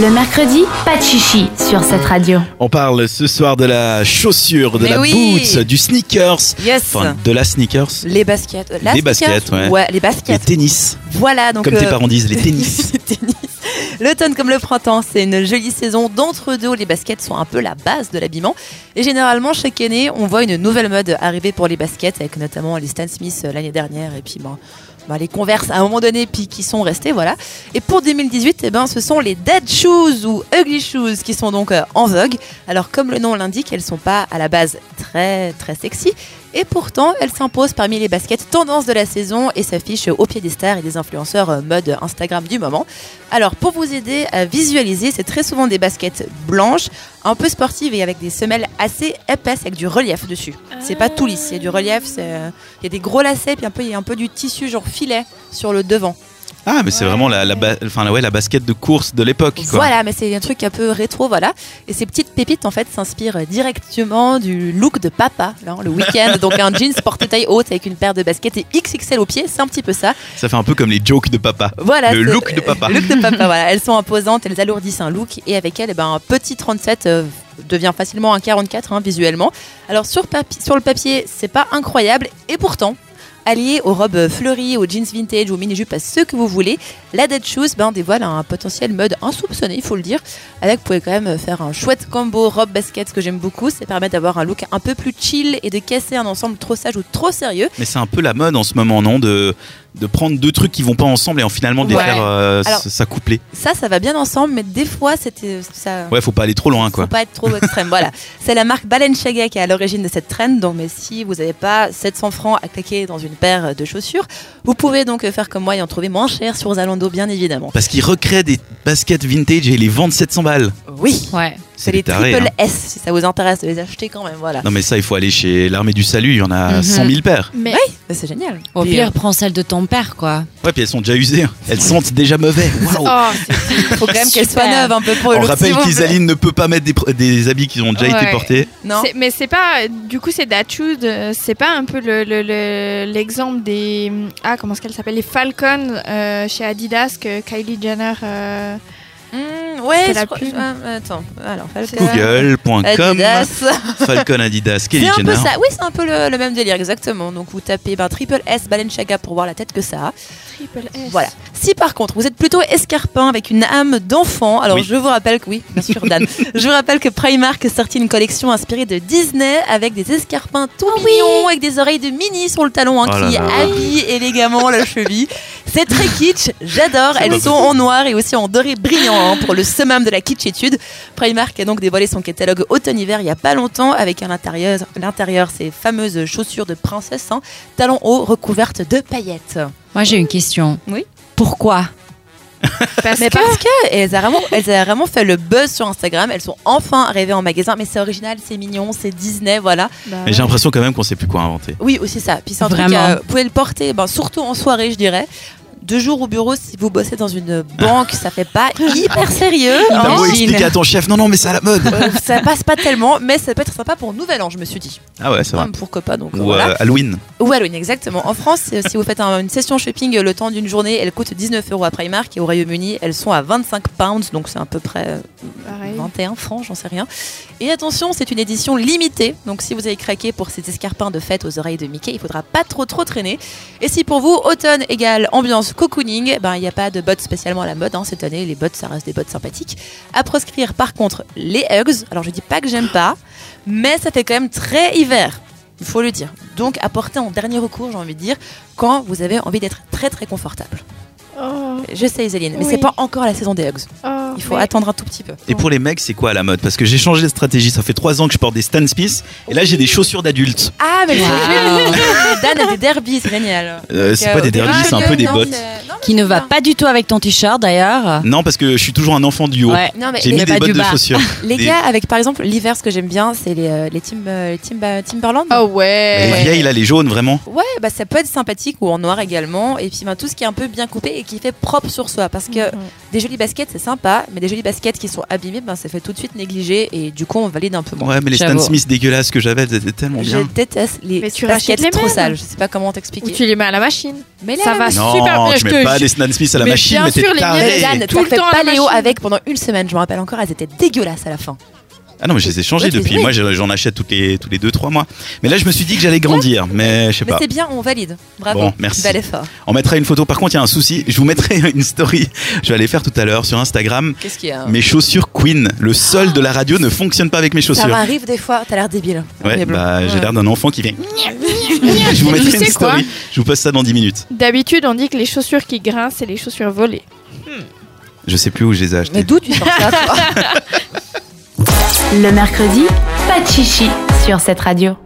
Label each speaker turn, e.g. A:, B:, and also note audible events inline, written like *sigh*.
A: Le mercredi, pas de chichi sur cette radio.
B: On parle ce soir de la chaussure, de
C: Mais
B: la
C: oui.
B: boots, du sneakers.
C: Yes.
B: Enfin, de la sneakers.
C: les baskets. euh, la
B: Les
C: sneaker
B: baskets, ouais.
C: les
B: Les
C: baskets.
B: tennis,
C: Voilà, donc.
B: comme tes
C: euh,
B: parents disent, les
C: *laughs*
B: tennis.
C: les tennis. L'automne comme le printemps, c'est une jolie saison d'entre-deux. Les baskets sont un peu la base de l'habillement. Et généralement, chaque année, on voit une nouvelle mode arriver pour les baskets, avec notamment les Stan Smith euh, l'année dernière et puis ben, ben, les Converse à un moment donné, puis qui sont restés. Voilà. Et pour 2018, eh ben, ce sont les Dead Shoes ou Ugly Shoes qui sont donc euh, en vogue. Alors, comme le nom l'indique, elles sont pas à la base très très sexy. Et pourtant, elles s'imposent parmi les baskets tendances de la saison et s'affichent au pied des stars et des influenceurs euh, mode Instagram du moment. Alors, pour vous aider à visualiser, c'est très souvent des baskets blanches, un peu sportives et avec des semelles assez épaisses avec du relief dessus. C'est pas tout lisse, il y a du relief, c'est, euh, il y a des gros lacets, puis un peu, il y a un peu du tissu genre filet sur le devant.
B: Ah, mais c'est vraiment la, la, ba- enfin, ouais, la basket de course de l'époque. quoi.
C: Voilà, mais c'est un truc un peu rétro, voilà. Et ces petites pépites, en fait, s'inspirent directement du look de papa, là, le week-end. Donc un jeans porte-taille haute avec une paire de baskets et XXL aux pieds, c'est un petit peu ça.
B: Ça fait un peu comme les jokes de papa.
C: Voilà.
B: Le
C: c'est-
B: look de papa.
C: Le look de papa, voilà. Elles sont imposantes, elles alourdissent un look et avec elles, eh ben, un petit 37 euh, devient facilement un 44 hein, visuellement. Alors sur, papi- sur le papier, c'est pas incroyable et pourtant. Allié aux robes fleuries, aux jeans vintage, aux mini-jupes, à ce que vous voulez, la Dead Shoes ben, dévoile un potentiel mode insoupçonné, il faut le dire. Avec, vous pouvez quand même faire un chouette combo robe-basket, ce que j'aime beaucoup. Ça permet d'avoir un look un peu plus chill et de casser un ensemble trop sage ou trop sérieux.
B: Mais c'est un peu la mode en ce moment, non de, de prendre deux trucs qui vont pas ensemble et en finalement de les
C: Ouais.
B: faire euh,
C: Alors-
B: s- s'accoupler.
C: Ça, ça va bien ensemble, mais des fois, c'était ça.
B: Ouais, faut pas aller trop loin,
C: Faut
B: quoi.
C: pas être trop
B: *laughs*
C: extrême, voilà. C'est la marque Balenciaga qui est à l'origine de cette trend. Donc, mais si vous n'avez pas 700 francs à claquer dans une paire de chaussures, vous pouvez donc euh, faire comme moi et en trouver moins cher sur Zalando, bien évidemment.
B: Parce qu'ils recréent des baskets vintage et les vendent 700 balles.
C: Oui,
D: Ouais.
C: c'est
B: des
C: les
B: tarés,
C: triple
B: hein.
C: S si ça vous intéresse de les acheter quand même, voilà.
B: Non, mais ça, il faut aller chez l'armée du salut, il y en a
D: Mhm.
B: 100 000 paires.
D: Mais
C: Mais C'est génial.
D: au
C: Puis,
D: pire, prends celle de ton père, quoi.
B: Ouais, puis elles sont déjà usées. hein. Elles sentent déjà mauvais. Waouh!
C: euh, faut quand même qu'elle soit
D: Super.
C: neuve un peu pour
B: On
C: Oh, le
B: rappelle
C: petit-
B: qu'Isaline ne peut pas mettre des, pr- des habits qui ont déjà été
E: Ouais.
B: portés.
C: Non.
E: C'est- Mais c'est pas. Du coup, c'est Dachud. euh, C'est pas un peu le- le- le- l'exemple des. Ah, comment est-ce qu'elle s'appelle Les Falcons euh, chez Adidas que Kylie Jenner. euh,
C: Hmm, ouais,
E: C'est
C: je
E: la
C: crois-
E: pub.
C: ah, attends. Alors, Falcon,
B: Google.com,
C: Adidas.
B: Falcon Adidas, Kelly
C: C'est un peu
B: Jenner.
C: ça, oui, c'est un peu le, le même délire, exactement. Donc vous tapez ben, triple S Balenciaga pour voir la tête que ça a.
E: Triple S.
C: Voilà. Si par contre vous êtes plutôt escarpin avec une âme d'enfant, alors
B: Oui.
C: je vous rappelle que oui, bien sûr,
B: *laughs*
C: Dan. je vous rappelle que Primark a sorti une collection inspirée de Disney avec des escarpins tout mignons, avec des oreilles de mini sur le talon hein,
B: Oh là
C: qui
B: là.
C: habillent élégamment la cheville. C'est très kitsch, j'adore.
B: C'est
C: Elles
B: pas
C: sont en noir et aussi en doré brillant hein, pour le summum de la kitschitude. Primark a donc dévoilé son catalogue automne-hiver il y a pas longtemps avec à l'intérieur, l'intérieur ces fameuses chaussures de princesse, hein, talons hauts recouvertes de paillettes.
D: Moi, j'ai une question.
C: Oui.
D: Pourquoi
E: Parce
C: Mais
E: que.
C: parce que elles ont, vraiment, elles ont vraiment fait le buzz sur Instagram. Elles sont enfin arrivées en magasin. Mais c'est original, c'est mignon, c'est Disney, voilà.
E: Bah,
B: Mais j'ai l'impression quand même qu'on sait plus quoi inventer.
C: Oui, aussi ça. Puis c'est un truc,
D: Vraiment.
C: euh, vous pouvez le porter, ben, surtout en soirée, je dirais. Deux jours au bureau, si vous bossez dans une banque, ça fait
E: *laughs*
C: pas hyper sérieux.
B: T'as
C: hein.
B: beau
D: Imagine.
B: expliquer à ton chef, non, non, mais c'est à la mode.
C: Euh, ça passe pas tellement, mais ça peut être sympa pour Nouvel An, je me suis dit.
B: Ah ouais, c'est vrai.
C: Pour pourquoi pas, donc
B: Ou
C: voilà.
B: euh, Halloween.
C: Ou Halloween, exactement. En France, euh, si vous faites un- une session shopping euh, le temps d'une journée, elle coûte 19 euros à Primark et au Royaume-Uni, elles sont à 25 pounds, donc c'est à peu près euh,
E: Pareil.
C: 21 francs, j'en sais rien. Et attention, c'est une édition limitée, donc si vous avez craqué pour ces escarpins de fête aux oreilles de Mickey, il faudra pas trop trop traîner. Et si pour vous, automne égale ambiance cocooning, ben il n'y a pas de bottes spécialement à la mode hein. cette année, les bottes ça reste des bottes sympathiques. À proscrire par contre les Hugs, alors je dis pas que j'aime pas, mais ça fait quand même très hiver. Il faut le dire. Donc, à porter en dernier recours, j'ai envie de dire, quand vous avez envie d'être très très confortable.
E: Oh,
C: Je sais, Isaline, mais
E: Oui.
C: c'est pas encore la saison des Hugs.
E: oh,
C: Il faut
E: mais-
C: attendre un tout petit peu.
B: Et pour les mecs, c'est quoi la mode Parce que j'ai changé de stratégie. Ça fait trois ans que je porte des Stan Smith. Et là, j'ai des chaussures d'adultes.
C: Ah, mais le
D: Wow.
E: *laughs*
C: truc, Dan a des derbies, c'est génial.
B: Euh, c'est pas des
C: Ah,
B: derbies, c'est un peu des bottes.
E: euh,
D: Qui ne va pas du tout avec ton t-shirt, d'ailleurs.
B: Non, parce que je suis toujours un enfant du haut.
D: Ouais.
C: Non, mais
B: Oh, J'ai
C: les,
B: mis des
D: pas
B: bottes
D: du
B: de
D: bas.
B: chaussures.
C: les
B: des-
C: gars, avec par exemple l'hiver, ce que j'aime bien, c'est les, euh, les, Tim- euh, les Tim- euh, Timberland.
E: Oh
B: Mais les
E: ouais.
B: vieilles, là, les jaunes, vraiment.
C: Ouais, bah ça peut être sympathique ou en noir également. Et puis ben, tout ce qui est un peu bien coupé et qui fait propre sur soi. Parce que
E: Mhm.
C: des jolies baskets, c'est sympa, mais des jolies baskets qui sont abîmées, ben, ça fait tout de suite négliger et du coup, on valide un peu moins.
B: Ouais, mais les Stan
D: J'avoue.
B: Smith dégueulasses que j'avais, elles étaient tellement
C: Je
B: bien.
C: déteste les
E: Mais tu
C: baskets
E: rachètes les
C: trop
E: mêmes.
C: sales. Je sais pas comment
E: Ou
C: t'expliquer.
E: tu les mets à la machine.
C: Mais
E: ça va super
B: Non,
E: bien.
B: tu
E: je te
B: mets pas
E: jure.
B: les Stan Smith à la
E: Mais
B: machine,
E: bien
B: mais t'es
E: sûr, les
B: taré.
E: miennes,
C: Jeanne,
E: Tout
C: t'as
E: le
C: fait
E: temps à la
C: pas Léo
E: machine.
C: avec pendant une semaine. Je me rappelle encore, elles étaient dégueulasses à la fin.
B: Ah non, mais je les ai changées
C: Oui, tu-
B: depuis.
C: oui.
B: Moi, je- j'en achète toutes les, tous les 2-3 mois. Mais là, je me suis dit que j'allais grandir, mais je sais
C: Mais
B: pas.
C: c'est bien, on valide. Bravo.
B: Bon, merci.
C: Bel effort.
B: On mettra une photo. Par contre, il y a un souci. Je vous mettrai *laughs* une story. Je vais aller faire tout à l'heure sur Instagram.
C: Qu'est-ce qu'il y a
E: Ah.
B: Mes chaussures Queen, le sol de la radio ne fonctionne pas avec mes
C: Ça
B: chaussures.
C: m'arrive des fois, t'as l'air débile.
B: Ouais,
C: Horrible.
B: bah j'ai
C: Ouais.
B: l'air d'un enfant
E: *laughs*
B: qui vient. *laughs* je vous mettrai
E: Tu
B: une
E: sais quoi
B: story. Je vous poste ça dans 10 minutes.
E: D'habitude, on dit que les chaussures qui grincent, c'est les chaussures volées.
B: Je sais plus où je les ai
C: Mais
B: achetées.
C: d'où tu sors
B: *laughs*
C: ça, toi
A: Le mercredi, pas de chichi sur cette radio.